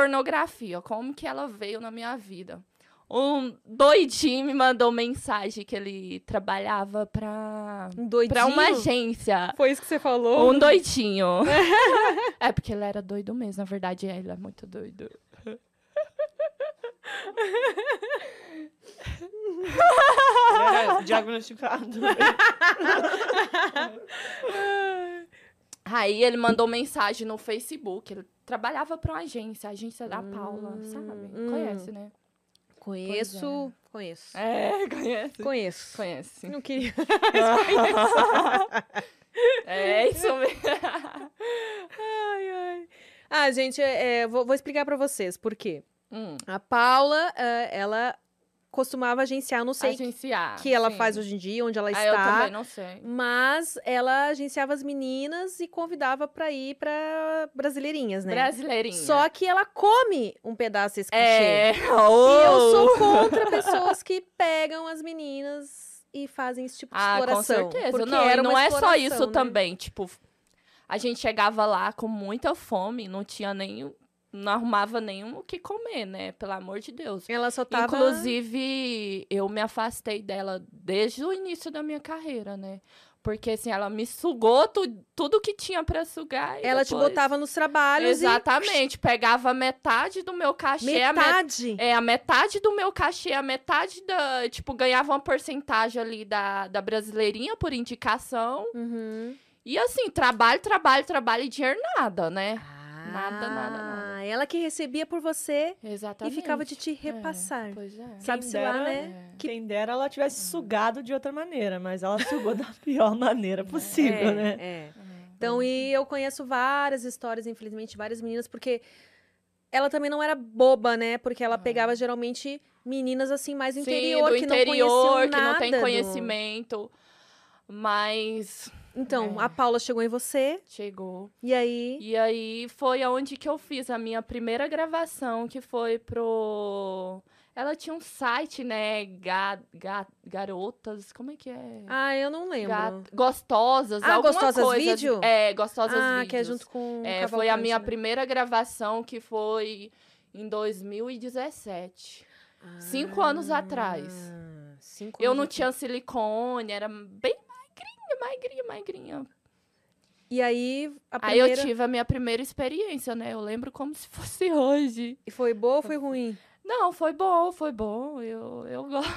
pornografia, como que ela veio na minha vida. Um doidinho me mandou mensagem que ele trabalhava pra, Um doidinho. pra uma agência. Foi isso que você falou? Um doidinho. é, porque ele era doido mesmo. Na verdade, ele é muito doido. É, Era diagnosticado. Aí ele mandou mensagem no Facebook. Ele trabalhava pra uma agência, a agência da Paula, sabe? hum. Conhece, né? Conheço. Conheço. É, conhece. Conheço. Conhece. Não queria. É isso mesmo. Ai, ai. Ah, gente, é, é, vou, vou explicar pra vocês por quê. Hum. A Paula, é, ela costumava agenciar, não sei o Agenciar. que ela sim. faz hoje em dia, onde ela Ah, Eu está. também não sei. Mas ela agenciava as meninas e convidava pra ir pra brasileirinhas, né? Brasileirinha. Só que ela come um pedaço desse cachê. É. E eu oh. sou contra pessoas que pegam as meninas e fazem esse tipo de Ah, com exploração. certeza. porque Não, e era uma não é só exploração, isso né? também. Tipo, a gente chegava lá com muita fome, não tinha nem. Não arrumava nenhum o que comer, né? Pelo amor de Deus. Ela só tava... Inclusive, eu me afastei dela desde o início da minha carreira, né? Porque, assim, ela me sugou tu- tudo que tinha pra sugar. e Ela te depois- botava nos trabalhos Exatamente. Pegava metade do meu e... cachê, a metade. Metade? É, a metade do meu cachê, a metade da. Tipo, ganhava uma porcentagem ali da, da brasileirinha por indicação. Uhum. E assim, trabalho, trabalho, trabalho e dinheiro nada, né? Nada, nada, nada. Ah, Tá É. Ela que recebia por você Exatamente. e ficava de te repassar. Pois é. Sabe-se Quem lá, dera. né? Que- Uhum. Quem dera ela tivesse sugado de outra maneira, mas ela sugou da pior maneira possível, é, né? é. Uhum. Então, e eu conheço várias histórias, infelizmente, várias meninas, porque ela também não era boba, né? Porque ela pegava geralmente meninas assim mais do É. Sim, interior, do que não interior, conheciam que não tem nada do- conhecimento. Mas Então, É. a Paula chegou em você chegou. e aí E aí foi aonde que eu fiz a minha primeira gravação, que foi pro. Ela tinha um site, né? Ga... Ga... Garotas, como é que é? Ah, eu não lembro. Ga- Gostosas, Ah, alguma Gostosas coisa. Vídeo? É, Gostosas ah, Vídeos. que é junto com o É, foi a Cavalcante, minha né? primeira gravação que foi em 2017. Cinco anos atrás. Ah, Cinco Eu anos não atrás. tinha silicone, era bem magrinha, magrinha, magrinha. E aí, a Aí eu primeira... tive a minha primeira experiência, né? Eu lembro como se fosse hoje. E foi boa ou foi ruim? Não, foi bom, foi bom. Eu, eu gosto.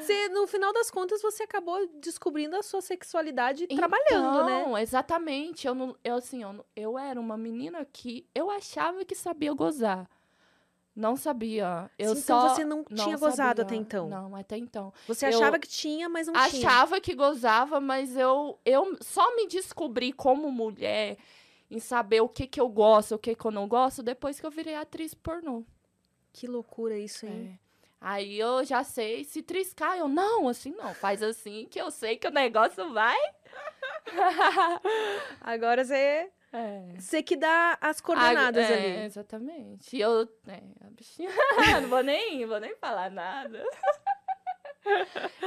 Você, no final das contas, você acabou descobrindo a sua sexualidade Então, trabalhando, né? Não, Então, exatamente. Eu, não, eu assim, eu, não- eu era uma menina que eu achava que sabia gozar. Não sabia. Eu Sim, só Então você não, tinha gozado sabia. até então. Não, até então. Você Eu achava que tinha, mas não tinha. Achava que gozava, mas eu, eu só me descobri como mulher em saber o que que eu gosto, o que que eu não gosto, depois que eu virei atriz pornô. Que loucura isso, hein? É. Aí eu já sei, se triscar, eu não, assim não, faz assim que eu sei que o negócio vai. Agora você, É. você que dá as coordenadas Ah, é, ali. Exatamente. E eu, né, a bichinha, não vou nem, vou nem falar nada.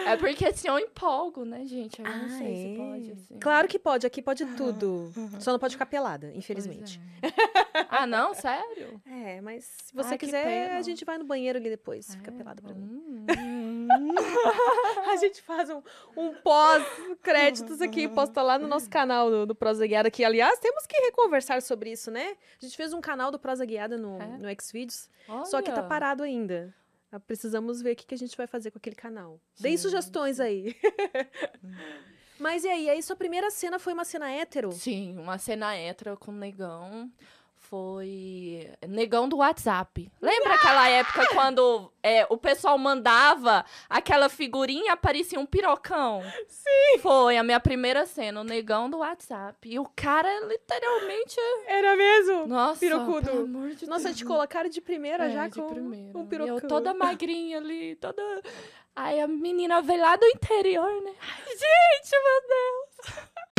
É porque assim, eu empolgo, né, gente? Eu não Ah, sei se é. pode, assim. Claro que pode, aqui pode tudo. Só não pode ficar pelada, Pois infelizmente. é. Ah, não? Sério? É, mas se você Ai, que quiser, a pena. gente vai no banheiro ali depois. Fica pelada pra mim. Hum. A gente faz um, um pós-créditos aqui, Uhum. posta lá no nosso canal do, do Prosa Guiada, que aliás temos que reconversar sobre isso, né? A gente fez um canal do Prosa Guiada no, É? no Xvideos, só que tá Olha. parado ainda. Ah, Precisamos ver o que, que a gente vai fazer com aquele canal. Deem Gente. sugestões aí. Mas e aí? Aí sua primeira cena foi uma cena hétero? Sim, uma cena hétero com negão. Foi negão do WhatsApp. Lembra aquela época quando é, o pessoal mandava aquela figurinha e aparecia um pirocão? Sim. Foi a minha primeira cena, o negão do WhatsApp. E o cara literalmente. é Era mesmo? Nossa, Pirocudo. pelo amor de Nossa, Deus. te colocaram de primeira É, já de com primeira. um E pirocão. Eu toda magrinha ali, toda. Aí a menina veio lá do interior, né? Ai, gente, meu Deus!